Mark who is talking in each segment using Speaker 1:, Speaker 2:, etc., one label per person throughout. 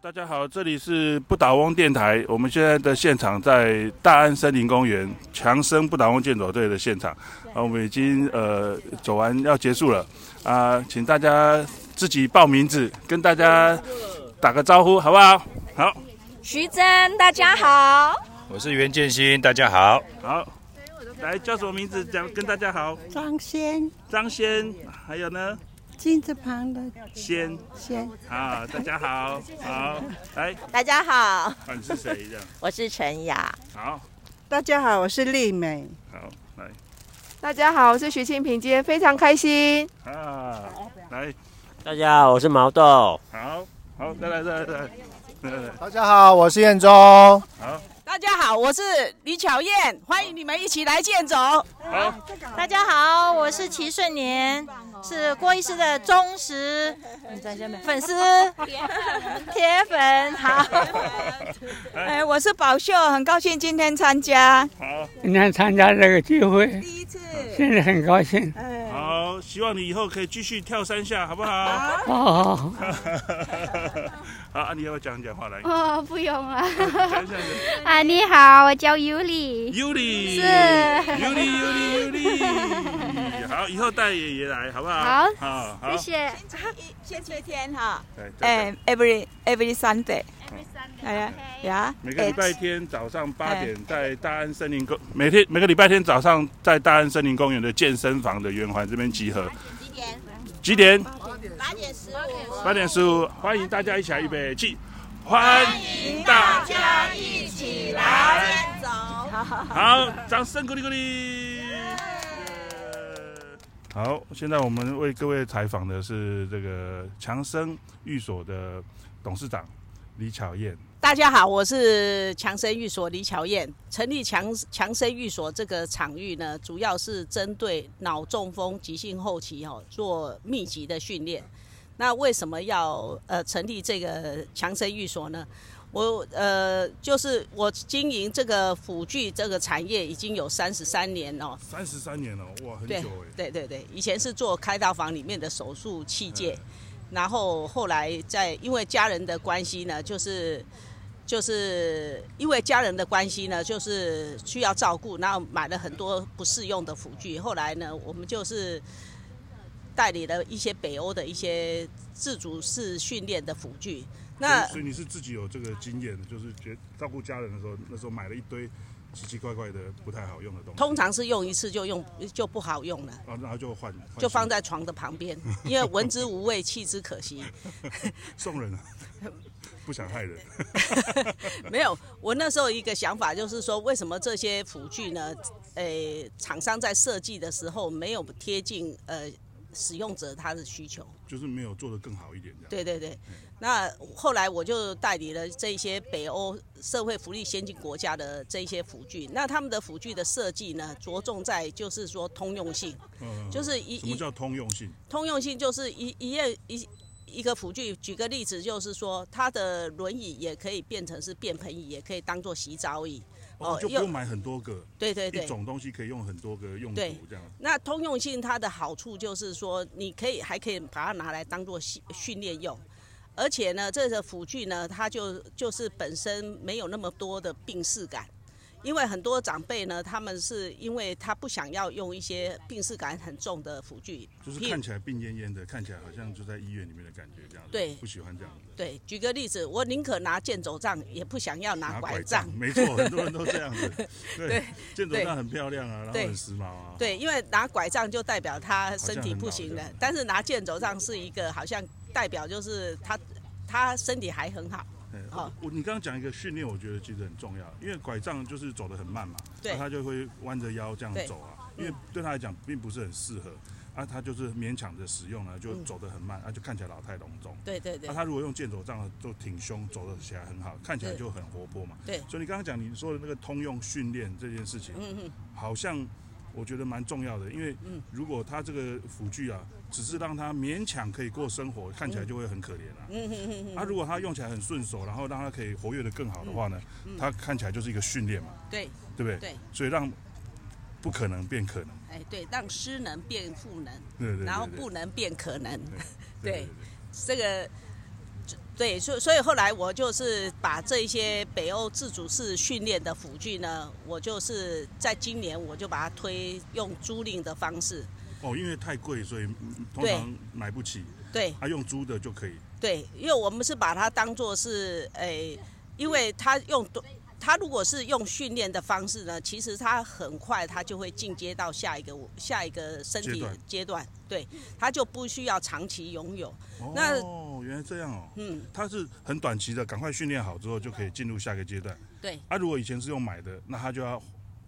Speaker 1: 大家好，这里是不倒翁电台。我们现在的现场在大安森林公园强生不倒翁健走队的现场。啊，我们已经呃走完要结束了啊、请大家自己报名字，跟大家打个招呼，好不好？好，
Speaker 2: 徐峥，大家好，
Speaker 3: 我是袁建新，大家好。
Speaker 1: 好，来叫什么名字？讲跟大家好，
Speaker 4: 张先，
Speaker 1: 张先，还有呢，
Speaker 4: 金字旁的
Speaker 1: 先
Speaker 4: 先，
Speaker 1: 啊，大家好，好，来，
Speaker 2: 大家好，
Speaker 1: 啊你是谁？这样，
Speaker 2: 我是陈雅。
Speaker 1: 好，
Speaker 4: 大家好，我是丽美。
Speaker 1: 好，来。
Speaker 5: 大家好，我是徐庆平，今天非常开心。
Speaker 1: 啊，来，
Speaker 6: 大家好，我是毛豆。
Speaker 1: 好，好，再来，再来，再来，再来，
Speaker 3: 大家好，我是燕中。
Speaker 1: 好，
Speaker 7: 大家好，我是李巧燕，欢迎你们一起来健走。
Speaker 1: 好，
Speaker 2: 大家好，我是齐顺年，是郭医师的忠实嗯粉 丝、铁粉。 好，
Speaker 7: 哎，我是宝秀，很高兴今天参加。
Speaker 1: 好，
Speaker 8: 今天参加这个聚会，
Speaker 7: 第一次，
Speaker 8: 真的很高兴。
Speaker 1: 好，希望你以后可以继续跳三下，好不好？
Speaker 8: 好好好，
Speaker 1: 好，啊，你要不要讲讲话 来？
Speaker 9: 哦，不用了。
Speaker 1: 讲一下你
Speaker 9: 啊，你好，我叫尤里。
Speaker 1: ，Yuri，
Speaker 9: 是
Speaker 1: Yuri，Yuri，Yuri，好，以后带爷爷来，好不好？
Speaker 9: 好
Speaker 1: 好，好
Speaker 9: 谢，谢。
Speaker 7: 星期哎天哈，
Speaker 1: 对，对
Speaker 7: 哎，every every Sunday，哎呀
Speaker 9: OK
Speaker 7: 呀，
Speaker 1: 每个礼拜
Speaker 7: it's-
Speaker 1: 天早上八
Speaker 7: 哎
Speaker 1: 点，在大安森林公，每天每个礼拜天早上在大安森林公园的健身房的圆环这边集合。几点？几点？八点十五。八点十五，欢迎大家一起来，预备起！欢迎大家一起来。好，掌声鼓励鼓励。好，现在我们为各位采访的是这个强生寓所的董事长李巧燕。
Speaker 7: 大家好，我是强生寓所李巧燕。成立强强生寓所这个场域呢，主要是针对脑中风急性后期哦做密集的训练。那为什么要呃成立这个强生寓所呢？我呃就是我经营这个辅具这个产业已经有三十三年哦，
Speaker 1: 三十三年了，哇，很久
Speaker 7: 对
Speaker 1: 哎。
Speaker 7: 对对对，以前是做开刀房里面的手术器械，
Speaker 1: 嗯
Speaker 7: 然后后来在因为家人的关系呢，就是就是因为家人的关系呢，就是需要照顾，然后买了很多不适用的辅具。后来呢，我们就是代理了一些北欧的一些自主式训练的辅具。那
Speaker 1: 所以所以你是自己有这个经验的，就是觉照顾家人的时候，那时候买了一堆奇奇怪怪的不太好用的东西，
Speaker 7: 通常是用一次就用就不好用了。
Speaker 1: 然后然后就换，换
Speaker 7: 就放
Speaker 1: 新的
Speaker 7: 在床的旁边， 因为闻之无味，弃之可惜。
Speaker 1: 送人了， 不想害人，
Speaker 7: 没有，我那时候一个想法就是说，为什么这些辅具呢？诶、厂商在设计的时候没有贴近呃使用者他的需求。
Speaker 1: 就是没有做得更好一点这样。
Speaker 7: 对对对，那后来我就代理了这些北欧社会福利先进国家的这些辅具，那他们的辅具的设计呢，着重在就是说通用性，
Speaker 1: 嗯，
Speaker 7: 就是一
Speaker 1: 什么
Speaker 7: 一
Speaker 1: 叫通用性？
Speaker 7: 通用性就是一一页一一个辅具。举个例子，就是说它的轮椅也可以变成是便盆椅，也可以当做洗澡椅。
Speaker 1: 哦，就不
Speaker 7: 又
Speaker 1: 用买很多个，
Speaker 7: 对对
Speaker 1: 一
Speaker 7: 对。
Speaker 1: 种东西可以用很多个用
Speaker 7: 对
Speaker 1: 途这样。
Speaker 7: 那通用性它的好处就是说，你可以还可以把它拿来当做训训练用，而且呢，这个辅具呢，它就就是本身没有那么多的病视感。因为很多长辈呢，他们是因为他不想要用一些病视感很重的辅具，
Speaker 1: 就是
Speaker 7: 譬如
Speaker 1: 看起来病恹恹的，看起来好像就在医院里面的感觉这样子。
Speaker 7: 对
Speaker 1: 不喜欢这样子。
Speaker 7: 对，举个例子，我宁可拿剑走杖，也不想要拿拐杖。
Speaker 1: 没错，很多人都这样 子。对，剑走
Speaker 7: 对
Speaker 1: 杖很漂亮啊，然后
Speaker 7: 对
Speaker 1: 很时髦啊。
Speaker 7: 对，因为拿拐杖就代表他身体不行
Speaker 1: 好像
Speaker 7: 了
Speaker 1: 很老，
Speaker 7: 但是拿剑走杖是一个好像代表就是他他身体还很好。
Speaker 1: 哎
Speaker 7: 哦
Speaker 1: 我你刚刚讲一个训练，我觉得其实很重要，因为拐杖就是走得很慢嘛，
Speaker 7: 对
Speaker 1: 那他就会弯着腰这样
Speaker 7: 对
Speaker 1: 走啊，因为对他来讲并不是很适合，啊，他就是勉强的使用呢，就走得很慢，啊，就看起来老态龙钟。
Speaker 7: 对对嗯对
Speaker 1: 那、，啊他如果用健走杖就挺胸，走得起来很好，看起来
Speaker 7: 对
Speaker 1: 就很活泼嘛。
Speaker 7: 对
Speaker 1: 所以你刚刚讲你说的那个通用训练这件事情，啊
Speaker 7: 嗯嗯，
Speaker 1: 好像我觉得蛮重要的，因为
Speaker 7: 嗯
Speaker 1: 如果他这个辅具啊，只是让他勉强可以过生活，看起来就会很可怜啊。嗯嗯嗯。啊，如果他用起来很顺手，然后让他可以活跃的更好的话呢，他看起来就是一个训练嘛，
Speaker 7: 对
Speaker 1: 对不对？
Speaker 7: 嗯对，
Speaker 1: 所以让不可能变可能，
Speaker 7: 哎对，让失能变赋能，
Speaker 1: 对对对对。
Speaker 7: 然后不能变可能，
Speaker 1: 对对
Speaker 7: 对这个。对，所以所以后来我就是把这一些北欧自主式训练的辅具呢，我就是在今年我就把它推用租赁的方式，
Speaker 1: 哦，因为太贵，所以嗯通
Speaker 7: 对
Speaker 1: 常买不起，
Speaker 7: 对
Speaker 1: 他、用租的就可以。
Speaker 7: 对，因为我们是把它当做是诶、因为它用多它如果是用训练的方式呢，其实它很快它就会进阶到下一个下一个身
Speaker 1: 阶
Speaker 7: 体
Speaker 1: 段
Speaker 7: 阶段，对，它就不需要长期拥有，那
Speaker 1: 哦，原来这样哦，
Speaker 7: 嗯，
Speaker 1: 它是很短期的，赶快训练好之后就可以进入下个阶段。
Speaker 7: 对，
Speaker 1: 啊，如果以前是用买的，那他就要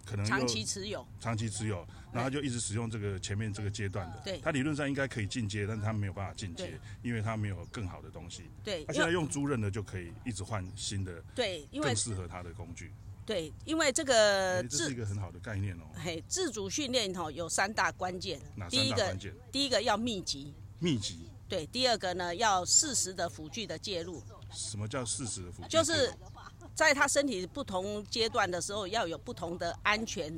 Speaker 1: 可能
Speaker 7: 长
Speaker 1: 又
Speaker 7: 期持有，
Speaker 1: 长期持有，然后就一直使用这个前面这个阶段的。
Speaker 7: 对
Speaker 1: 他理论上应该可以进阶，但是他没有办法进阶
Speaker 7: 对，
Speaker 1: 因为他没有更好的东西。
Speaker 7: 对，
Speaker 1: 他
Speaker 7: 因
Speaker 1: 现
Speaker 7: 为
Speaker 1: 在用租赁的就可以一直换新的，
Speaker 7: 对，因为呃
Speaker 1: 更适合他的工具。
Speaker 7: 对，因为这个
Speaker 1: 哎这
Speaker 7: 自
Speaker 1: 是一个很好的概 念哦。
Speaker 7: 嘿，自主训练哈、有三大关键，
Speaker 1: 哪
Speaker 7: 第
Speaker 1: 三
Speaker 7: 一
Speaker 1: 大
Speaker 7: 个
Speaker 1: 关键？
Speaker 7: 第一个要密集，
Speaker 1: 密集，
Speaker 7: 对，第二个呢要适时的辅具的介入，
Speaker 1: 什么叫适时的辅助？
Speaker 7: 就是在他身体不同阶段的时候要有不同的安全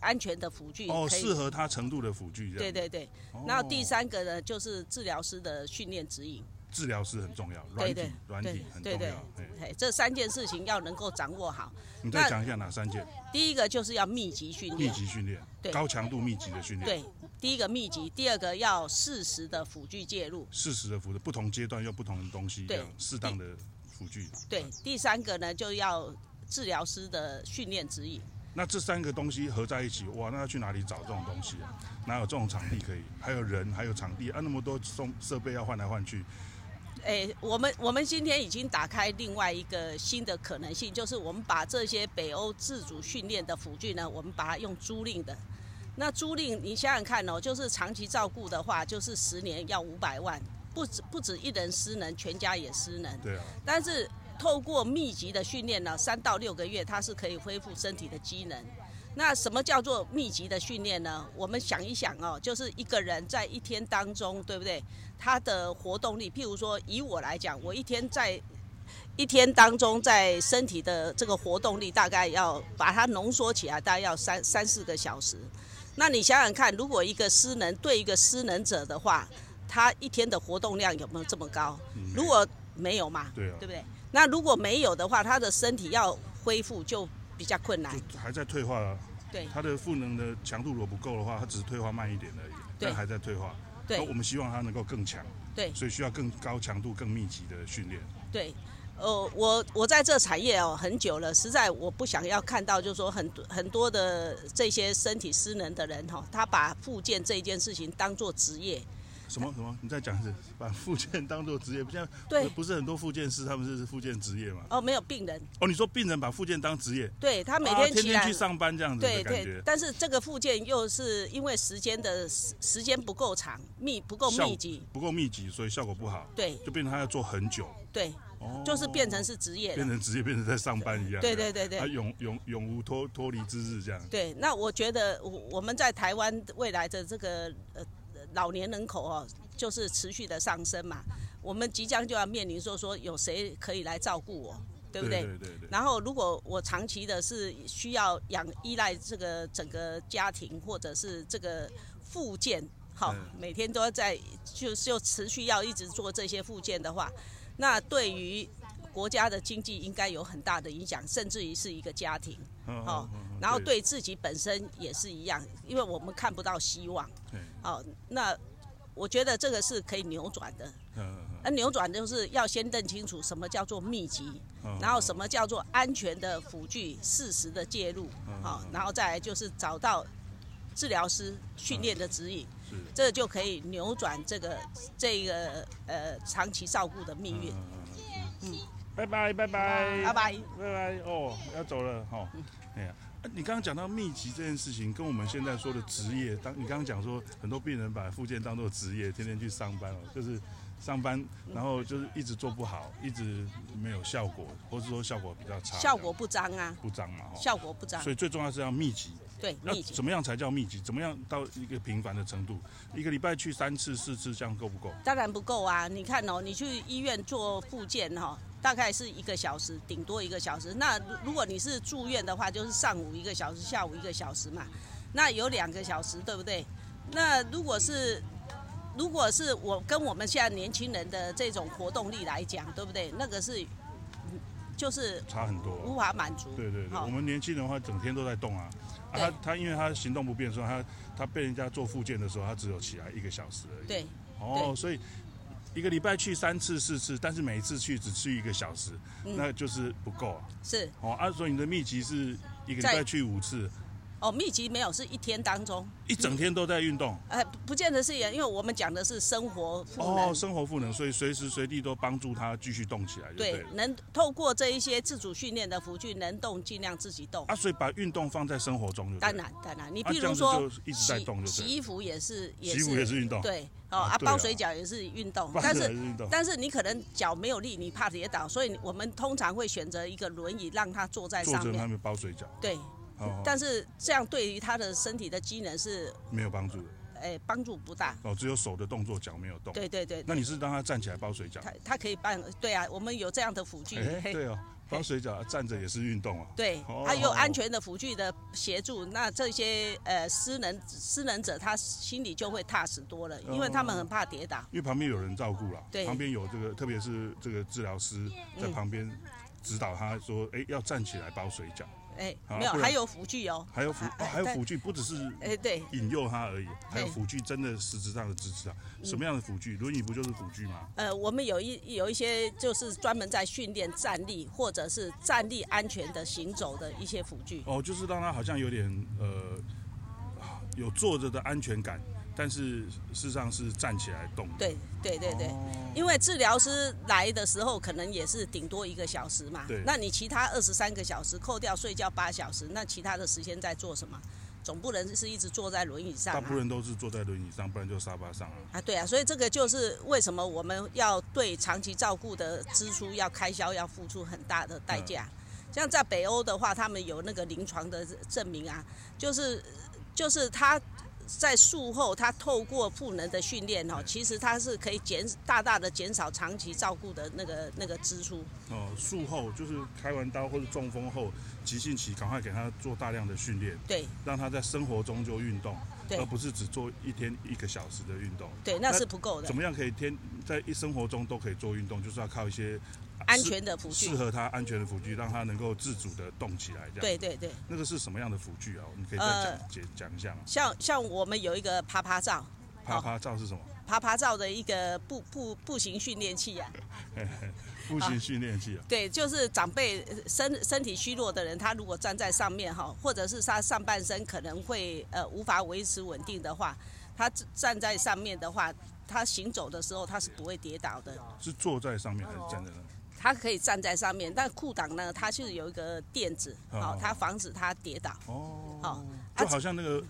Speaker 7: 安全的辅具，
Speaker 1: 哦，
Speaker 7: 可以
Speaker 1: 适合他程度的辅具这样。
Speaker 7: 对对对，
Speaker 1: 哦。
Speaker 7: 然后第三个呢，就是治疗师的训练指引，
Speaker 1: 治疗师很重要，软
Speaker 7: 对
Speaker 1: 体
Speaker 7: 对
Speaker 1: 软
Speaker 7: 对
Speaker 1: 体很重
Speaker 7: 对对
Speaker 1: 要。哎，
Speaker 7: 嘿，这三件事情要能够掌握好。
Speaker 1: 你再
Speaker 7: 那
Speaker 1: 讲一下哪三件？
Speaker 7: 第一个就是要密集训
Speaker 1: 密
Speaker 7: 练，
Speaker 1: 集训练，
Speaker 7: 对
Speaker 1: 高强度密集的训练，
Speaker 7: 对，第一个密集，第二个要适时的辅具介入，
Speaker 1: 适时的辅助，不同阶段用不同的东西，这
Speaker 7: 对
Speaker 1: 样适当的辅具。
Speaker 7: 对，第三个呢就要治疗师的训练指引。
Speaker 1: 那这三个东西合在一起，哇，那要去哪里找这种东西啊？哪有这种场地可以？还有人，还有场地啊，那么多送设备要换来换去，
Speaker 7: 哎，我们我们今天已经打开另外一个新的可能性，就是我们把这些北欧自主训练的辅具呢，我们把它用租赁的。那租赁你想想看哦，就是长期照顾的话，就是十年要五百万，不止不止一人失能，全家也失能。
Speaker 1: 对啊，
Speaker 7: 但是透过密集的训练呢，三到六个月，它是可以恢复身体的机能。那什么叫做密集的训练呢？我们想一想哦，就是一个人在一天当中，对不对？他的活动力，譬如说以我来讲，我一天在一天当中，在身体的这个活动力，大概要把它浓缩起来，大概要三三四个小时。那你想想看，如果一个失能对一个失能者的话，他一天的活动量有没有这么高？
Speaker 1: 嗯
Speaker 7: 如果没有嘛，
Speaker 1: 对啊
Speaker 7: 对不对？那如果没有的话，他的身体要恢复就比较困难。
Speaker 1: 就还在退化啊。
Speaker 7: 对
Speaker 1: 它的赋能的强度如果不够的话，它只是退化慢一点而已，
Speaker 7: 对
Speaker 1: 但还在退化。那
Speaker 7: 对
Speaker 1: 我们希望它能够更强，
Speaker 7: 对
Speaker 1: 所以需要更高强度、更密集的训练。
Speaker 7: 对，呃，我我在这产业哦很久了，实在我不想要看到，就是说很多很多的这些身体失能的人哈、哦，他把复健这一件事情当做职业。
Speaker 1: 什么什么？你再讲一次，把复健当做职业，不像
Speaker 7: 对
Speaker 1: 不是很多复健师他们是复健职业嘛？
Speaker 7: 哦，没有病人，
Speaker 1: 哦，你说病人把复健当职业，
Speaker 7: 对他每
Speaker 1: 啊
Speaker 7: 天
Speaker 1: 天
Speaker 7: 起来，
Speaker 1: 天去上班这样子的
Speaker 7: 对
Speaker 1: 感
Speaker 7: 对
Speaker 1: 觉，，
Speaker 7: 但是这个复健又是因为时间的时时间不够长，密不够
Speaker 1: 效
Speaker 7: 密集，
Speaker 1: 不够密集，所以效果不好，
Speaker 7: 对
Speaker 1: 就变成他要做很久，
Speaker 7: 对，
Speaker 1: 哦，
Speaker 7: 就是变成是职业
Speaker 1: 变
Speaker 7: 了。
Speaker 1: 成职业，变成在上班一样，
Speaker 7: 对对对对
Speaker 1: 他永永永无脱脱离之日这样。
Speaker 7: 对，那我觉得我我们在台湾未来的这个呃老年人口哦，就是持续的上升嘛，我们即将就要面临说说有谁可以来照顾我，对不
Speaker 1: 对对对对
Speaker 7: 然后，如果我长期的是需要养依赖这个整个家庭或者是这个复健，好，
Speaker 1: 嗯
Speaker 7: 每天都在就就持续要一直做这些复健的话，那对于国家的经济应该有很大的影响，甚至于是一个家庭。
Speaker 1: 嗯
Speaker 7: 哦
Speaker 1: 嗯嗯
Speaker 7: 然后对自己本身也是一样，因为我们看不到希望。
Speaker 1: 对
Speaker 7: 哦，那我觉得这个是可以扭转的。
Speaker 1: 嗯嗯嗯
Speaker 7: 那扭转就是要先认清楚什么叫做密集，
Speaker 1: 嗯
Speaker 7: 然后什么叫做安全的辅具，适时的介入
Speaker 1: 嗯，
Speaker 7: 好、
Speaker 1: 嗯嗯
Speaker 7: 然后再来就是找到治疗师训练的指引，
Speaker 1: 嗯是
Speaker 7: 这就可以扭转这个这个呃长期照顾的命运。
Speaker 1: 拜拜拜拜
Speaker 7: 拜拜。
Speaker 1: 拜拜哦，要走了哈。哎呀，啊你刚刚讲到密集这件事情，跟我们现在说的职业，当你刚刚讲说很多病人把复健当做职业，天天去上班哦，就是上班，然后就是一直做不好，一直没有效果，或是说效果比较差，
Speaker 7: 效果不彰啊，
Speaker 1: 不彰嘛哈。
Speaker 7: 效果不彰
Speaker 1: 哦所，以最重要是要密集，
Speaker 7: 对，
Speaker 1: 要
Speaker 7: 密集。
Speaker 1: 怎么样才叫密集？怎么样到一个频繁的程度？一个礼拜去三次、四次，这样够不够？
Speaker 7: 当然不够啊！你看哦，你去医院做复健哈、哦，大概是一个小时，顶多一个小时。那如如果你是住院的话，就是上午一个小时，下午一个小时嘛，那有两个小时，对不对？那如果是如果是我跟我们现在年轻人的这种活动力来讲，对不对？那个是嗯就是
Speaker 1: 差很多、啊
Speaker 7: 无法满足。
Speaker 1: 对对对，
Speaker 7: 哦好
Speaker 1: 我们年轻人的话，整天都在动啊。啊
Speaker 7: 对
Speaker 1: 他他因为他行动不便，所以他他被人家做复健的时候，他只有起来一个小时而已。
Speaker 7: 对
Speaker 1: 哦，所以一个礼拜去三次四次，但是每一次去只去一个小时，
Speaker 7: 嗯
Speaker 1: 那就是不够啊。
Speaker 7: 是
Speaker 1: 哦啊，所以你的秘籍是一个礼拜
Speaker 7: 在
Speaker 1: 去五次，
Speaker 7: 哦，密集没有是一天当中，
Speaker 1: 一整天都在运动。
Speaker 7: 呃，不见得是也，因为我们讲的是生活赋能
Speaker 1: 哦，生活赋能，所以随时随地都帮助他继续动起来就对
Speaker 7: 对
Speaker 1: 了，。
Speaker 7: 能透过这一些自主训练的辅具，能动尽量自己动。
Speaker 1: 啊，所以把运动放在生活中就对
Speaker 7: 当
Speaker 1: 了。
Speaker 7: 然，当然，你
Speaker 1: 啊
Speaker 7: 譬
Speaker 1: 这
Speaker 7: 如
Speaker 1: 样子
Speaker 7: 说
Speaker 1: 就一直在动就对
Speaker 7: 洗
Speaker 1: 了
Speaker 7: 洗衣服也是，也
Speaker 1: 洗衣服也是运 动，
Speaker 7: 对哦
Speaker 1: 啊
Speaker 7: 啊，
Speaker 1: 对啊
Speaker 7: 包水饺也是运动，
Speaker 1: 抱
Speaker 7: 但
Speaker 1: 着
Speaker 7: 是
Speaker 1: 还是运动。
Speaker 7: 但是你可能脚没有力，你怕跌倒，所以我们通常会选择一个轮椅让他坐在
Speaker 1: 坐
Speaker 7: 上
Speaker 1: 着他
Speaker 7: 面。
Speaker 1: 们包水饺，
Speaker 7: 对，
Speaker 1: 哦，
Speaker 7: 但是这样对于他的身体的机能是，
Speaker 1: 没有帮助的。
Speaker 7: 诶、帮助不大。
Speaker 1: 哦，只有手的动作，脚没有动。
Speaker 7: 对对对，
Speaker 1: 那你是让他站起来包水饺？
Speaker 7: 他他可以办，对啊，我们有这样的辅具，
Speaker 1: 哎，
Speaker 7: 嘿
Speaker 1: 对 哦，包水饺站着也是运动哦。
Speaker 7: 对
Speaker 1: 哦，
Speaker 7: 还有安全的辅具的协助，那这些呃失能失能者他心里就会踏实多了，因为他
Speaker 1: 哦
Speaker 7: 们很怕跌倒。
Speaker 1: 因为旁边有人照顾啦，
Speaker 7: 对嗯
Speaker 1: 旁边有这个，特别是这个治疗师在旁边指导他说，哎，要站起来包水饺，
Speaker 7: 哎、
Speaker 1: 好
Speaker 7: 没有，
Speaker 1: 不然
Speaker 7: 还有辅具哦。
Speaker 1: 还有辅哦还有辅具，不只是
Speaker 7: 哎、对，
Speaker 1: 引诱他而已，还有
Speaker 7: 对嗯
Speaker 1: 辅具真的实质上的支持啊。什么样的辅具？轮椅不就是辅具吗？
Speaker 7: 呃，我们有一有一些就是专门在训练站立或者是站立安全的行走的一些辅具。
Speaker 1: 哦，就是让他好像有点呃，啊有坐着的安全感，但是事实上是站起来动的。
Speaker 7: 对对对对，
Speaker 1: 哦
Speaker 7: 因为治疗师来的时候可能也是顶多一个小时嘛
Speaker 1: 对，
Speaker 7: 那你其他二十三个小时扣掉睡觉八小时，那其他的时间在做什么？总不能是一直坐在轮椅上
Speaker 1: 大
Speaker 7: 啊
Speaker 1: 部。分人都是坐在轮椅上，不然就沙发上啊。
Speaker 7: 啊，对啊，所以这个就是为什么我们要对长期照顾的支出要开销要付出很大的代价。
Speaker 1: 嗯
Speaker 7: 像在北欧的话，他们有那个临床的证明啊，就是就是他在术后，他透过赋能的训练哦，其实他是可以减大大的减少长期照顾的那个那个支出。
Speaker 1: 哦，术后就是开完刀或者中风后急性期，赶快给他做大量的训练，
Speaker 7: 对
Speaker 1: 让他在生活中就运动，
Speaker 7: 对
Speaker 1: 而不是只做一天一个小时的运动。
Speaker 7: 对，那
Speaker 1: 那
Speaker 7: 是不够的
Speaker 1: 怎。么样可以天在一生活中都可以做运动？就是要靠一些
Speaker 7: 安全的辅
Speaker 1: 适
Speaker 7: 具。
Speaker 1: 合他安全的辅具，让他能够自主的动起来。这样
Speaker 7: 对对对，
Speaker 1: 那个是什么样的辅具啊？你可以再
Speaker 7: 呃
Speaker 1: 讲解讲一下吗？
Speaker 7: 像像我们有一个爬爬照，
Speaker 1: 啪啪照是什么？
Speaker 7: 爬爬照的一个步步步行训练器啊。
Speaker 1: 步行训练器啊。
Speaker 7: 对，就是长辈呃身身体虚弱的人，他如果站在上面哈，或者是他上半身可能会呃无法维持稳定的话，他站站在上面的话，他行走的时候他是不会跌倒的。
Speaker 1: 是坐在上面还是站在那？
Speaker 7: 他可以站在上面，但裤裆呢，它是有一个垫子，好、
Speaker 1: 哦
Speaker 7: 它防止他跌倒。
Speaker 1: 哦，
Speaker 7: 好
Speaker 1: 就好像那个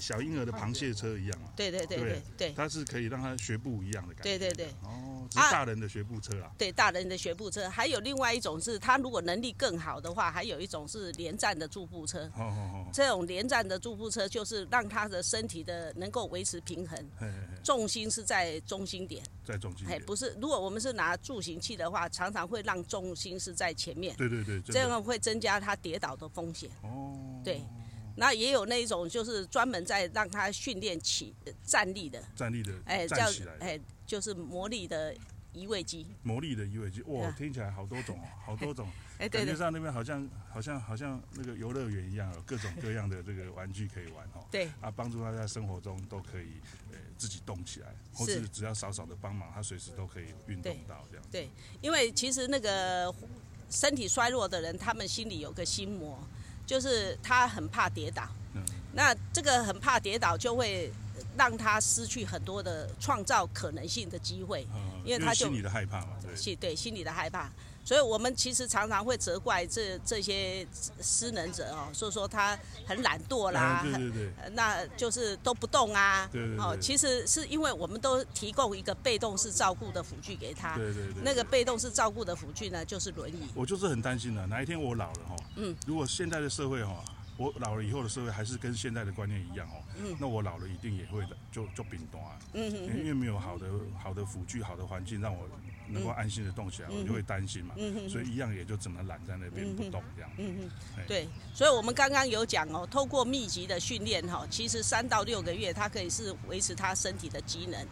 Speaker 1: 小婴儿的螃蟹车一样啊，
Speaker 7: 对对对对对
Speaker 1: 它是可以让他学步一样的感觉。
Speaker 7: 对啊对对
Speaker 1: 哦，只是大人的学步车啊啦。
Speaker 7: 对，大人的学步车，还有另外一种是，他如果能力更好的话，还有一种是连站的助步车。
Speaker 1: 好好好，
Speaker 7: 这种连站的助步车就是让他的身体的能够维持平衡，
Speaker 1: 嘿嘿嘿，
Speaker 7: 重心是在中心点。
Speaker 1: 再重新一
Speaker 7: 哎，
Speaker 1: 点。
Speaker 7: 不是，如果我们是拿助行器的话，常常会让重心是在前面，
Speaker 1: 对对对，真
Speaker 7: 这
Speaker 1: 的
Speaker 7: 样会增加他跌倒的风险。
Speaker 1: 哦，
Speaker 7: 对，那也有那一种就是专门在让他训练起呃站立的，
Speaker 1: 站立的，
Speaker 7: 哎，叫
Speaker 1: 站起来的，
Speaker 7: 哎，就是魔力的移位机。
Speaker 1: 魔力的移位机，哇，
Speaker 7: 啊
Speaker 1: 听起来好多种哦，好多种，
Speaker 7: 哎，
Speaker 1: 感觉上那边好像好像好像那个游乐园一样，有各种各样的这个玩具可以玩哦。
Speaker 7: 对
Speaker 1: 啊，帮助他在生活中都可以呃自己动起来，或
Speaker 7: 是
Speaker 1: 是只要少少的帮忙，他随时都可以运动
Speaker 7: 对
Speaker 1: 到这样。
Speaker 7: 对，因为其实那个身体衰弱的人，他们心里有个心魔，就是他很怕跌倒。
Speaker 1: 嗯，
Speaker 7: 那这个很怕跌倒，就会呃让他失去很多的创造可能性的机会。
Speaker 1: 嗯
Speaker 7: 因为他就
Speaker 1: 心里的害怕嘛，对。
Speaker 7: 心对心里的害怕，所以我们其实常常会责怪这这些失能者哦，所以说他很懒惰啦，
Speaker 1: 嗯对对 对，
Speaker 7: 呃那就是都不动啊，
Speaker 1: 对对对
Speaker 7: 哦，其实是因为我们都提供一个被动式照顾的辅具给他，
Speaker 1: 对对对对
Speaker 7: 那个被动式照顾的辅具呢就是轮椅，
Speaker 1: 啊我就是很担心了，哪一天我老了哈，
Speaker 7: 嗯，
Speaker 1: 如果现在的社会哈，我老了以后的社会还是跟现在的观念一样哦，那我老了一定也会的，就就病短啊，
Speaker 7: 嗯哼
Speaker 1: 因为没有好的好的辅具、好的环境让我能够安心的动起
Speaker 7: 嗯
Speaker 1: 来，我就会担心嘛，所以一样也就只能懒在那边不动这样。
Speaker 7: 嗯哼
Speaker 1: 哎，
Speaker 7: 对，所以我们刚刚有讲哦，透过密集的训练哈、其实三到六个月，它可以是维持他身体的机能。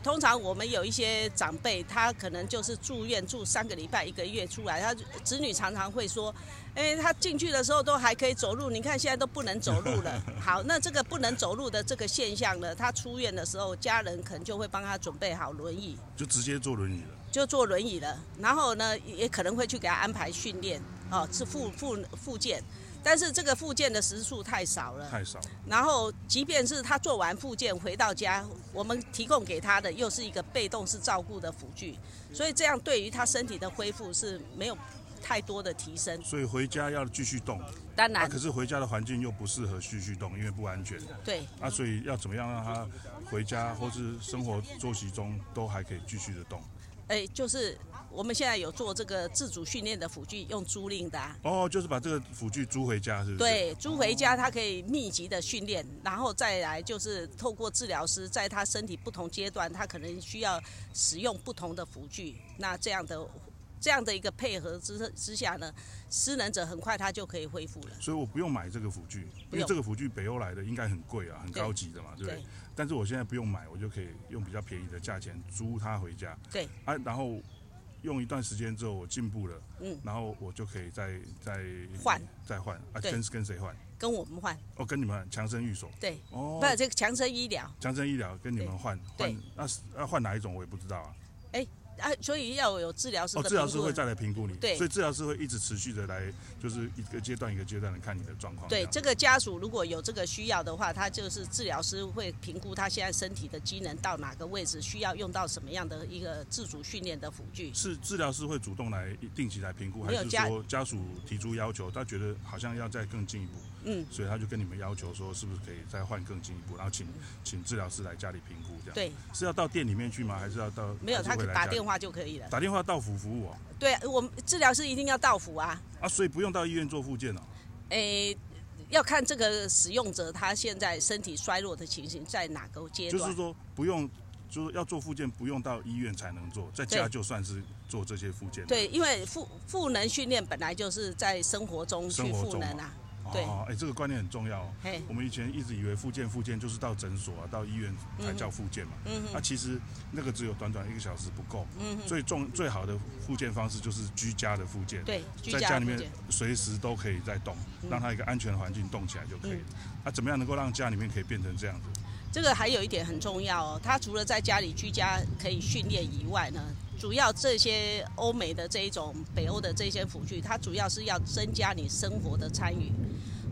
Speaker 7: 通常我们有一些长辈，他可能就是住院住三个礼拜、一个月出来，他子女常常会说，哎，他进去的时候都还可以走路，你看现在都不能走路了。好，那这个不能走路的这个现象呢，他出院的时候，家人可能就会帮他准备好轮椅，
Speaker 1: 就直接坐轮椅了，
Speaker 7: 就坐轮椅了，然后呢，也可能会去给他安排训练，哦，是复复复健，但是这个复健的时数太少了。
Speaker 1: 太少了。
Speaker 7: 然后，即便是他做完复健回到家，我们提供给他的又是一个被动式照顾的辅具，所以这样对于他身体的恢复是没有太多的提升。
Speaker 1: 所以回家要继续动，
Speaker 7: 当
Speaker 1: 啊，
Speaker 7: 然
Speaker 1: 可，是回家的环境又不适合继续动，因为不安全。
Speaker 7: 对
Speaker 1: 啊，所以要怎么样让他回家或是生活作息中都还可以继续的动？
Speaker 7: 哎，就是我们现在有做这个自主训练的辅具，用租赁的、啊。
Speaker 1: 哦，就是把这个辅具租回家，是不是？，
Speaker 7: 对，租回家他可以密集的训练，然后再来就是透过治疗师，在他身体不同阶段，他可能需要使用不同的辅具。那这样的这样的一个配合之之下呢，失能者很快他就可以恢复了。
Speaker 1: 所以我不用买这个辅具，
Speaker 7: 不
Speaker 1: 因
Speaker 7: 用
Speaker 1: 为这个辅具北欧来的应该很贵啊，很
Speaker 7: 对
Speaker 1: 高级的嘛，对不对
Speaker 7: 对？
Speaker 1: 但是我现在不用买，我就可以用比较便宜的价钱租它回家。
Speaker 7: 对
Speaker 1: 啊，然后用一段时间之后我进步了，
Speaker 7: 嗯，
Speaker 1: 然后我就可以再再
Speaker 7: 换
Speaker 1: 再换啊，
Speaker 7: 对
Speaker 1: 跟跟谁换？
Speaker 7: 跟我们换，
Speaker 1: 哦，跟你们强生寓所
Speaker 7: 对，
Speaker 1: 哦
Speaker 7: 不，这个强生医疗，
Speaker 1: 强生医疗跟你们换
Speaker 7: 对
Speaker 1: 换，那是要换哪一种我也不知道啊。
Speaker 7: 啊，所以要有治疗师
Speaker 1: 哦，
Speaker 7: 的
Speaker 1: 治疗
Speaker 7: 评
Speaker 1: 师
Speaker 7: 估。
Speaker 1: 会再来评估你，
Speaker 7: 对
Speaker 1: 所以治疗师会一直持续的来，就是一个阶段一个阶段的看你的状况。
Speaker 7: 对
Speaker 1: 样
Speaker 7: 这个家属如果有这个需要的话，他就是治疗师会评估他现在身体的机能到哪个位置，需要用到什么样的一个自主训练的辅具。
Speaker 1: 是治疗师会主动来定期来评估，还
Speaker 7: 没有
Speaker 1: 是
Speaker 7: 家
Speaker 1: 说家属提出要求，他觉得好像要再更进一步，
Speaker 7: 嗯，
Speaker 1: 所以他就跟你们要求说，是不是可以再换更进一步，然后请请治疗师来家里评估这样。，
Speaker 7: 嗯对，
Speaker 1: 是要到店里面去吗？还是要到
Speaker 7: 没有，
Speaker 1: 还
Speaker 7: 他
Speaker 1: 是会来
Speaker 7: 打
Speaker 1: 家里
Speaker 7: 电话就可以了。
Speaker 1: 打电话到府服务哦，
Speaker 7: 对，啊我们治疗师一定要到府啊，
Speaker 1: 啊，所以不用到医院做复健哦。
Speaker 7: 诶，要看这个使用者他现在身体衰弱的情形在哪个阶
Speaker 1: 就是
Speaker 7: 段。
Speaker 1: 说不用，就是要做复健，不用到医院才能做，在家
Speaker 7: 对
Speaker 1: 就算是做这些复健。
Speaker 7: 对，，因为赋赋能训练本来就是在生活中去
Speaker 1: 生活
Speaker 7: 赋
Speaker 1: 中
Speaker 7: 能
Speaker 1: 嘛
Speaker 7: 啊，对
Speaker 1: 哦，哎，这个观念很重要哦。
Speaker 7: 嘿，
Speaker 1: 我们以前一直以为复健复健就是到诊所啊，到医院才叫复健嘛。
Speaker 7: 嗯
Speaker 1: 那、
Speaker 7: 哼，
Speaker 1: 啊其实那个只有短短一个小时不够，
Speaker 7: 嗯哼，
Speaker 1: 最重最好的复健方式就是居家的复健，
Speaker 7: 对，居
Speaker 1: 在
Speaker 7: 家
Speaker 1: 家
Speaker 7: 的
Speaker 1: 里面
Speaker 7: 复健
Speaker 1: 随时都可以在动，
Speaker 7: 嗯
Speaker 1: 让它一个安全的环境动起来就可以了。那、怎么样能够让家里面可以变成这样子？
Speaker 7: 这个还有一点很重要哦，他除了在家里居家可以训练以外呢，主要这些欧美的这一种北欧的这些辅具，它主要是要增加你生活的参与。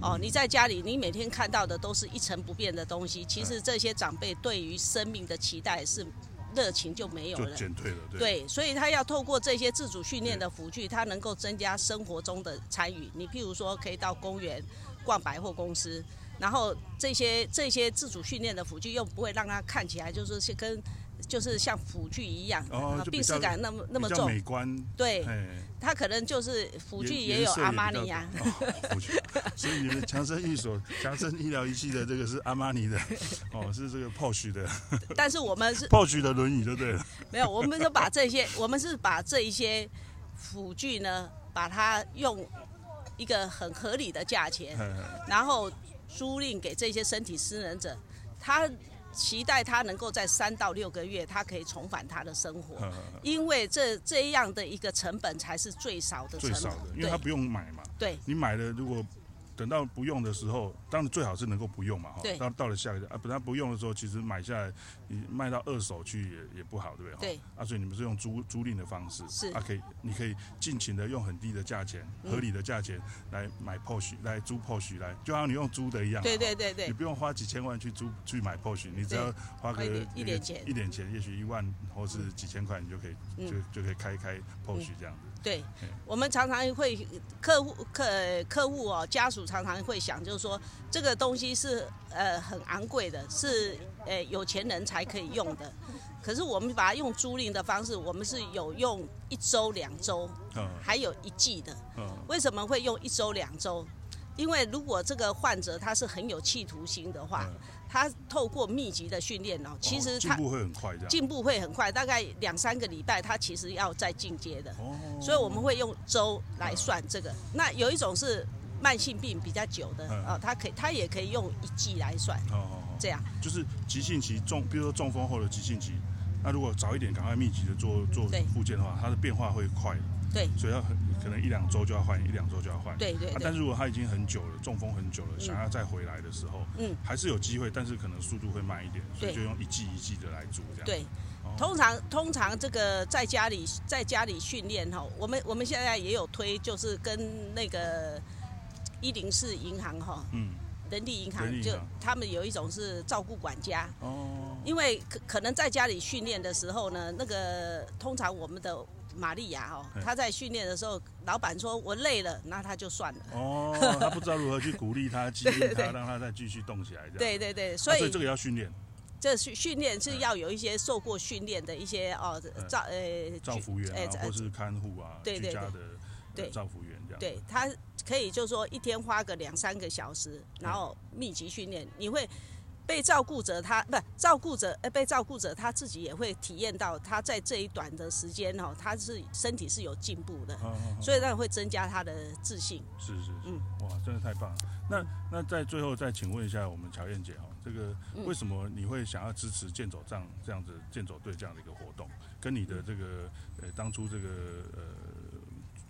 Speaker 7: 哦，你在家里，你每天看到的都是一成不变的东西，其实这些长辈对于生命的期待是热情就没有
Speaker 1: 就
Speaker 7: 了。
Speaker 1: 减退了，对。
Speaker 7: 对，所以他要透过这些自主训练的辅具，他能够增加生活中的参与。你譬如说，可以到公园逛百货公司，然后这些这些自主训练的辅具又不会让他看起来就是是跟就是像辅具一样，
Speaker 1: 哦
Speaker 7: 啊
Speaker 1: 就比
Speaker 7: 病
Speaker 1: 较
Speaker 7: 耻感那么那么
Speaker 1: 比较
Speaker 7: 重。
Speaker 1: 美观，
Speaker 7: 对
Speaker 1: 哎，
Speaker 7: 他可能就是辅具
Speaker 1: 颜
Speaker 7: 也有
Speaker 1: 颜色
Speaker 7: 阿玛
Speaker 1: 比较
Speaker 7: 尼啊，
Speaker 1: 哦辅具所以你们强生医所、强生医疗仪器的这个是阿玛尼的，哦，是这个 Porsche 的
Speaker 7: 但是我们是
Speaker 1: Porsche 的轮椅就对了。
Speaker 7: 没有，我们就把这些，我们是把这一些辅具呢，把它用一个很合理的价钱。
Speaker 1: 嗯
Speaker 7: 然后租赁给这些身体失能者，他期待他能够在三到六个月，他可以重返他的生活，
Speaker 1: 嗯
Speaker 7: 因为这这样的一个成本才是最少的
Speaker 1: 最
Speaker 7: 成本，
Speaker 1: 少的，因为它
Speaker 7: 对
Speaker 1: 不用买嘛。
Speaker 7: 对，
Speaker 1: 你买了如果等到不用的时候，当然最好是能够不用嘛哈
Speaker 7: 对。
Speaker 1: 到到了下一个啊，本来不用的时候，其实买下来你卖到二手去也也不好，对不对？哈
Speaker 7: 对。
Speaker 1: 啊，所以你们是用租租赁的方式，
Speaker 7: 是
Speaker 1: 啊，可以你可以尽情的用很低的价钱、
Speaker 7: 嗯
Speaker 1: 合理的价钱来买 Porsche，来租 Porsche 来，就好像你用租的一样。
Speaker 7: 对
Speaker 1: 哈
Speaker 7: 对对
Speaker 1: 你
Speaker 7: 对
Speaker 1: 不用花几千万去租去买 Porsche，你只要花个
Speaker 7: 花一点一点钱
Speaker 1: 一点钱，也许一万或是几千块，你就可以
Speaker 7: 嗯
Speaker 1: 就就可以开开 Porsche 这样子。
Speaker 7: 对，我们常常会客户客客户哦，家属常常会想，就是说这个东西是呃很昂贵的，是呃有钱人才可以用的，可是我们把它用租赁的方式，我们是有用一周两周，
Speaker 1: 嗯
Speaker 7: 还有一季的。
Speaker 1: 嗯，
Speaker 7: 为什么会用一周两周？因为如果这个患者他是很有企图心的话，他透过密集的训练哦，其实
Speaker 1: 嗯进
Speaker 7: 他
Speaker 1: 步会很快，这样。
Speaker 7: 进步会很快，大概两三个礼拜，他其实要再进阶的。
Speaker 1: 哦，
Speaker 7: 所以我们会用周来算这个。那有一种是慢性病比较久的
Speaker 1: 嗯
Speaker 7: 哦，它可以它也可以用一季来算，
Speaker 1: 哦哦哦
Speaker 7: 这样
Speaker 1: 就是急性期中，比如说中风后的急性期，那如果早一点赶快密集的做做
Speaker 7: 对
Speaker 1: 复健的话，它的变化会快的。
Speaker 7: 对
Speaker 1: 所以要很可能一两周就要换，一两周就要换。
Speaker 7: 对对
Speaker 1: 啊
Speaker 7: 对
Speaker 1: 但是如果他已经很久了，中风很久了，想要再回来的时候，
Speaker 7: 嗯，
Speaker 1: 还是有机会，但是可能速度会慢一点，所以
Speaker 7: 对
Speaker 1: 就用一季一季的来做这样。
Speaker 7: 对。
Speaker 1: 哦，
Speaker 7: 通常通常这个在家里在家里训练哈，我们我们现在也有推，就是跟那个一零四银行哈，
Speaker 1: 嗯，
Speaker 7: 人力银
Speaker 1: 人力
Speaker 7: 行
Speaker 1: 银
Speaker 7: 就
Speaker 1: 行
Speaker 7: 他们有一种是照顾管家，
Speaker 1: 哦，
Speaker 7: 因为可可能在家里训练的时候呢，那个通常我们的玛利亚哦
Speaker 1: 嗯，
Speaker 7: 她在训练的时候，老板说我累了，那她就算了。
Speaker 1: 哦，他不知道如何去鼓励他、激励他，
Speaker 7: 对对
Speaker 1: 让他再继续动起来这样。
Speaker 7: 对
Speaker 1: 啊，
Speaker 7: 对对，
Speaker 1: 所
Speaker 7: 所
Speaker 1: 以
Speaker 7: 以
Speaker 1: 这个要训练，
Speaker 7: 这训训练是要有一些受过训练的一些哦
Speaker 1: 嗯
Speaker 7: 照呃
Speaker 1: 照服员
Speaker 7: 哎
Speaker 1: 啊，或是看护啊，
Speaker 7: 对对
Speaker 1: 居家的
Speaker 7: 对
Speaker 1: 呃照服员这样。
Speaker 7: 对他可以就是说一天花个两三个小时，
Speaker 1: 嗯
Speaker 7: 然后密集训练，你会被照顾者他不照顾者呃被照顾者他自己也会体验到他在这一短的时间哦，他是身体是有进步的，
Speaker 1: 哦，哦哦
Speaker 7: 所以那会增加他的自信。
Speaker 1: 是是是
Speaker 7: 嗯，
Speaker 1: 哇，真的太棒了。那那在最后再请问一下我们乔燕姐哈，这个
Speaker 7: 嗯
Speaker 1: 为什么你会想要支持健走这样这样子健走队这样的一个活动，跟你
Speaker 7: 嗯
Speaker 1: 的这个呃当初这个呃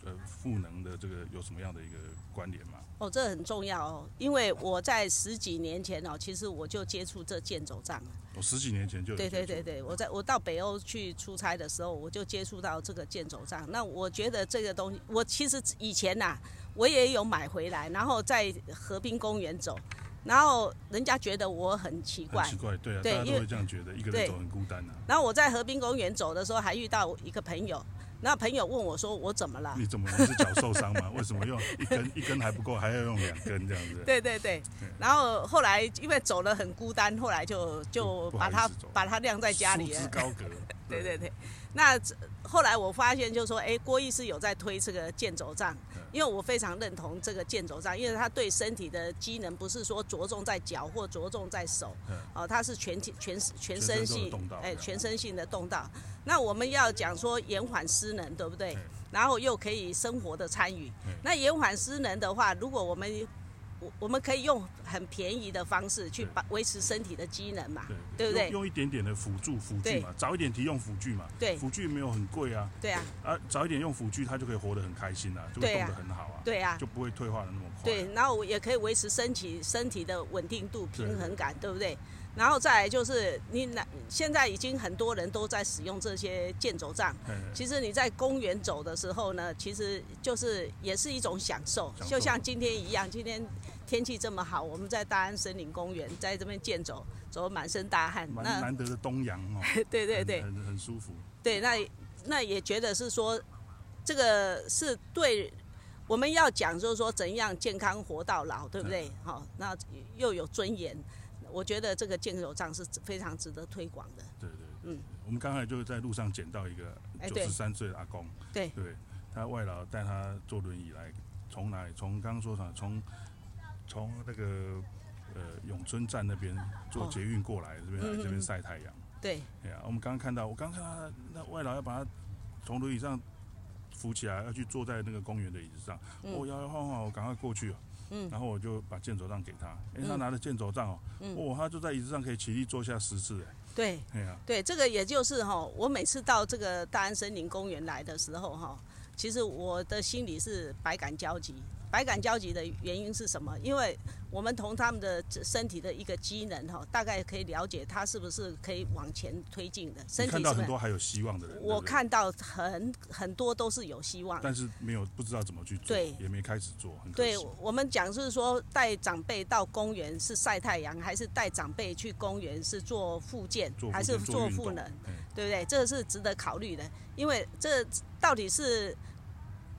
Speaker 1: 呃赋能的这个有什么样的一个关联吗？
Speaker 7: 哦，这很重要哦，因为我在十几年前哦，其实我就接触这健走杖了。
Speaker 1: 我哦十几年前就有
Speaker 7: 对对
Speaker 1: 接触
Speaker 7: 对对，我在我到北欧去出差的时候，我就接触到这个健走杖。那我觉得这个东西，我其实以前呐、我也有买回来，然后在河滨公园走，然后人家觉得我很奇怪。
Speaker 1: 很奇怪，对啊，
Speaker 7: 对
Speaker 1: 大家
Speaker 7: 因
Speaker 1: 都
Speaker 7: 为
Speaker 1: 会这样觉得，一个人
Speaker 7: 对
Speaker 1: 走很孤单啊。
Speaker 7: 然后我在河滨公园走的时候，还遇到一个朋友，那朋友问我说我怎么了？
Speaker 1: 你怎么你是脚受伤吗？为什么用一根一根还不够，还要用两根这样子？
Speaker 7: 对对对
Speaker 1: 嗯，
Speaker 7: 然后后来因为走得很孤单，后来就就
Speaker 1: 不好
Speaker 7: 把
Speaker 1: 意
Speaker 7: 它
Speaker 1: 思走
Speaker 7: 把它晾在家里
Speaker 1: 束
Speaker 7: 了
Speaker 1: 之。高阁。
Speaker 7: 对对对，那这后来我发现，就是说，哎，郭医师有在推这个健走杖
Speaker 1: 嗯，
Speaker 7: 因为我非常认同这个健走杖，因为它对身体的机能不是说着重在脚或着重在手
Speaker 1: 嗯，
Speaker 7: 哦，它是全体全全
Speaker 1: 全身
Speaker 7: 身
Speaker 1: 都有
Speaker 7: 性
Speaker 1: 动到，哦这
Speaker 7: 哎，
Speaker 1: 样
Speaker 7: 全身性的动到。那我们要讲说延缓失能，对不对
Speaker 1: 嗯？
Speaker 7: 然后又可以生活的参与
Speaker 1: 嗯。
Speaker 7: 那延缓失能的话，如果我们我我们可以用很便宜的方式去
Speaker 1: 对
Speaker 7: 把维持身体的机能嘛，对
Speaker 1: 对用
Speaker 7: 不对？
Speaker 1: 用一点点的辅助辅具
Speaker 7: 对
Speaker 1: 嘛，早一点提用辅具嘛。
Speaker 7: 对
Speaker 1: 辅具没有很贵啊，
Speaker 7: 对啊，
Speaker 1: 啊，早一点用辅具，他就可以活得很开心啊，就会
Speaker 7: 对
Speaker 1: 动
Speaker 7: 啊
Speaker 1: 得很好啊，
Speaker 7: 对啊。
Speaker 1: 就不会退化的那么快。
Speaker 7: 对，然后我也可以维持身体身体的稳定度、
Speaker 1: 对
Speaker 7: 平衡感，对不对？然后再来就是你拿，现在已经很多人都在使用这些健走杖。
Speaker 1: 嘿，
Speaker 7: 其实你在公园走的时候呢，其实就是也是一种享受，
Speaker 1: 享受
Speaker 7: 就像今天一样，今天天气这么好，我们在大安森林公园在这边健走，走满身大汗，
Speaker 1: 蛮
Speaker 7: 那
Speaker 1: 难得的东阳哦，
Speaker 7: 对 对
Speaker 1: 很
Speaker 7: 对，
Speaker 1: 很很舒服。
Speaker 7: 对，那那也觉得是说，这个是对我们要讲，就是说怎样健康活到老，对不对？好、那又有尊严，我觉得这个健手杖是非常值得推广的。
Speaker 1: 对对，对
Speaker 7: 嗯，
Speaker 1: 我们刚才就是在路上捡到一个
Speaker 7: 哎
Speaker 1: 九
Speaker 7: 对
Speaker 1: 十三岁的阿公，
Speaker 7: 对
Speaker 1: 对，他外劳带他坐轮椅来，从哪里？从刚刚说啥？从从那个呃永春站那边坐
Speaker 7: 哦
Speaker 1: 捷运过来，这边来
Speaker 7: 嗯嗯
Speaker 1: 这边
Speaker 7: 嗯
Speaker 1: 晒太阳。
Speaker 7: 对
Speaker 1: 哎呀，我们刚刚看到，我刚看到他那外劳要把他从轮椅上扶起来，要去坐在那个公园的椅子上。
Speaker 7: 嗯
Speaker 1: 哦，摇摇晃晃，我赶快过去。
Speaker 7: 嗯
Speaker 1: 然后我就把箭手杖给他，哎、他
Speaker 7: 嗯
Speaker 1: 拿着箭手杖哦，
Speaker 7: 嗯
Speaker 1: 哦，他就在椅子上可以起立坐下十次，
Speaker 7: 对
Speaker 1: 哎，哎呀、
Speaker 7: 对，这个也就是哈、我每次到这个大安森林公园来的时候哈、其实我的心里是百感交集。百感交集的原因是什么？因为我们从他们的身体的一个机能哈、大概可以了解他是不是可以往前推进的，身
Speaker 1: 你
Speaker 7: 体
Speaker 1: 看
Speaker 7: 是
Speaker 1: 到
Speaker 7: 不
Speaker 1: 很
Speaker 7: 是
Speaker 1: 多还有希望的人，对
Speaker 7: 我
Speaker 1: 不对，
Speaker 7: 看到很很多都是有希望。
Speaker 1: 但是没有不知道怎么去做，
Speaker 7: 对
Speaker 1: 也没开始做，很可
Speaker 7: 对
Speaker 1: 惜。
Speaker 7: 我们讲是说带长辈到公园是晒太阳，还是带长辈去公园是做复健，
Speaker 1: 做
Speaker 7: 还
Speaker 1: 复
Speaker 7: 是
Speaker 1: 健
Speaker 7: 做
Speaker 1: 运
Speaker 7: 赋
Speaker 1: 动
Speaker 7: 能，
Speaker 1: 哎
Speaker 7: 对不对？这是值得考虑的，因为这到底是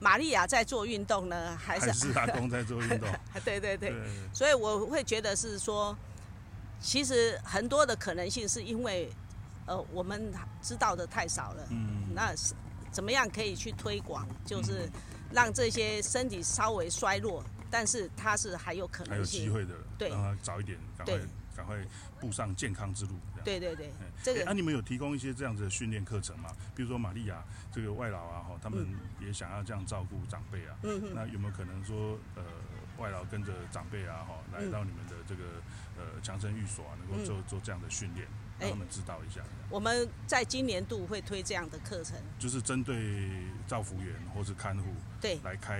Speaker 7: 玛利亚在做运动呢，还是
Speaker 1: 还是阿公在做运动，
Speaker 7: 对对对
Speaker 1: 对，
Speaker 7: 所以我会觉得是说，其实很多的可能性是因为呃我们知道的太少了，
Speaker 1: 嗯，
Speaker 7: 那是怎么样可以去推广，就是让这些身体稍微衰弱，但是它是还有可
Speaker 1: 还
Speaker 7: 能
Speaker 1: 有
Speaker 7: 性。
Speaker 1: 机会的，
Speaker 7: 对
Speaker 1: 让他早一点，赶快
Speaker 7: 对
Speaker 1: 赶快步上健康之路。这样
Speaker 7: 对对对
Speaker 1: 哎，
Speaker 7: 这
Speaker 1: 哎
Speaker 7: 个
Speaker 1: 那、你们有提供一些这样子的训练课程吗？比如说玛利亚这个外劳啊，哈，他们也想要这样照顾长辈啊，
Speaker 7: 嗯嗯
Speaker 1: 那有没有可能说，呃，外劳跟着长辈啊，哈，来
Speaker 7: 嗯
Speaker 1: 到你们的这个呃强生寓所啊，能够
Speaker 7: 嗯
Speaker 1: 做做这样的训练，让他们知道一下，
Speaker 7: 我们在今年度会推这样的课程，
Speaker 1: 就是针对照服员或是看护
Speaker 7: 对
Speaker 1: 来开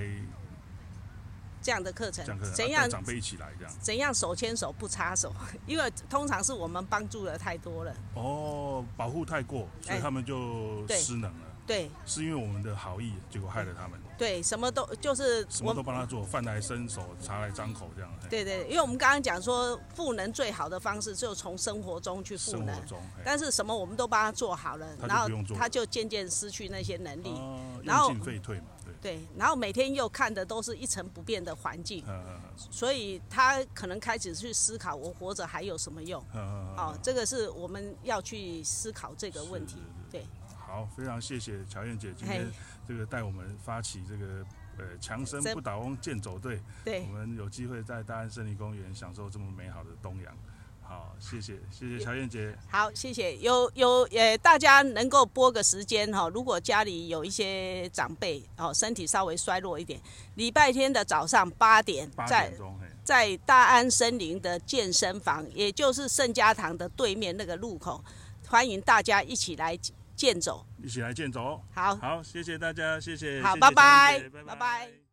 Speaker 7: 这样的课程
Speaker 1: 这样课程，
Speaker 7: 怎
Speaker 1: 啊
Speaker 7: 样
Speaker 1: 带长辈一起来这样。
Speaker 7: 怎样手牵手不插手， 因为通常是我们帮助的太多了，
Speaker 1: 哦，保护太过，所以
Speaker 7: 哎
Speaker 1: 他们就
Speaker 7: 对
Speaker 1: 失能了，
Speaker 7: 对
Speaker 1: 是因为我们的好意，结果害了他们，
Speaker 7: 对，什么都就是
Speaker 1: 什
Speaker 7: 哎我
Speaker 1: 么都帮他做，饭来伸手，茶来张口这样。嘿
Speaker 7: 对对，因为我们刚刚讲说赋能最好的方式就从生活中去赋
Speaker 1: 生活
Speaker 7: 能，
Speaker 1: 中，哎嘿
Speaker 7: 但是什么我们都帮他做好了，
Speaker 1: 他就
Speaker 7: 然后
Speaker 1: 不用做了
Speaker 7: 他就渐渐失去那些能力，
Speaker 1: 哦
Speaker 7: 然后
Speaker 1: 用进废退嘛，对，
Speaker 7: 对，然后每天又看的都是一成不变的环境，
Speaker 1: 呃
Speaker 7: 所以他可能开始去思考我活着还有什么用。
Speaker 1: 呃
Speaker 7: 哦，这个是我们要去思考这个问题。对，
Speaker 1: 好，非常谢谢乔燕姐今天
Speaker 7: 嘿
Speaker 1: 这个带我们发起这个呃强生
Speaker 7: 这
Speaker 1: 不倒翁健走队，
Speaker 7: 对
Speaker 1: 我，们有机会在大安森林公园享受这么美好的东阳。好，谢谢谢谢乔燕姐，
Speaker 7: 好，谢谢。有有，呃，大家能够拨个时间哈、如果家里有一些长辈哦，身体稍微衰弱一点，礼拜天的早上八点，
Speaker 1: 八
Speaker 7: 在
Speaker 1: 点钟嘿，
Speaker 7: 在大安森林的健身房，也就是圣家堂的对面那个路口，欢迎大家一起来健走。
Speaker 1: 一起来健走。哦
Speaker 7: 好，
Speaker 1: 好，谢谢大家，谢谢，谢
Speaker 7: 好
Speaker 1: 谢
Speaker 7: 拜
Speaker 1: 乔燕
Speaker 7: 拜
Speaker 1: 姐拜
Speaker 7: 拜拜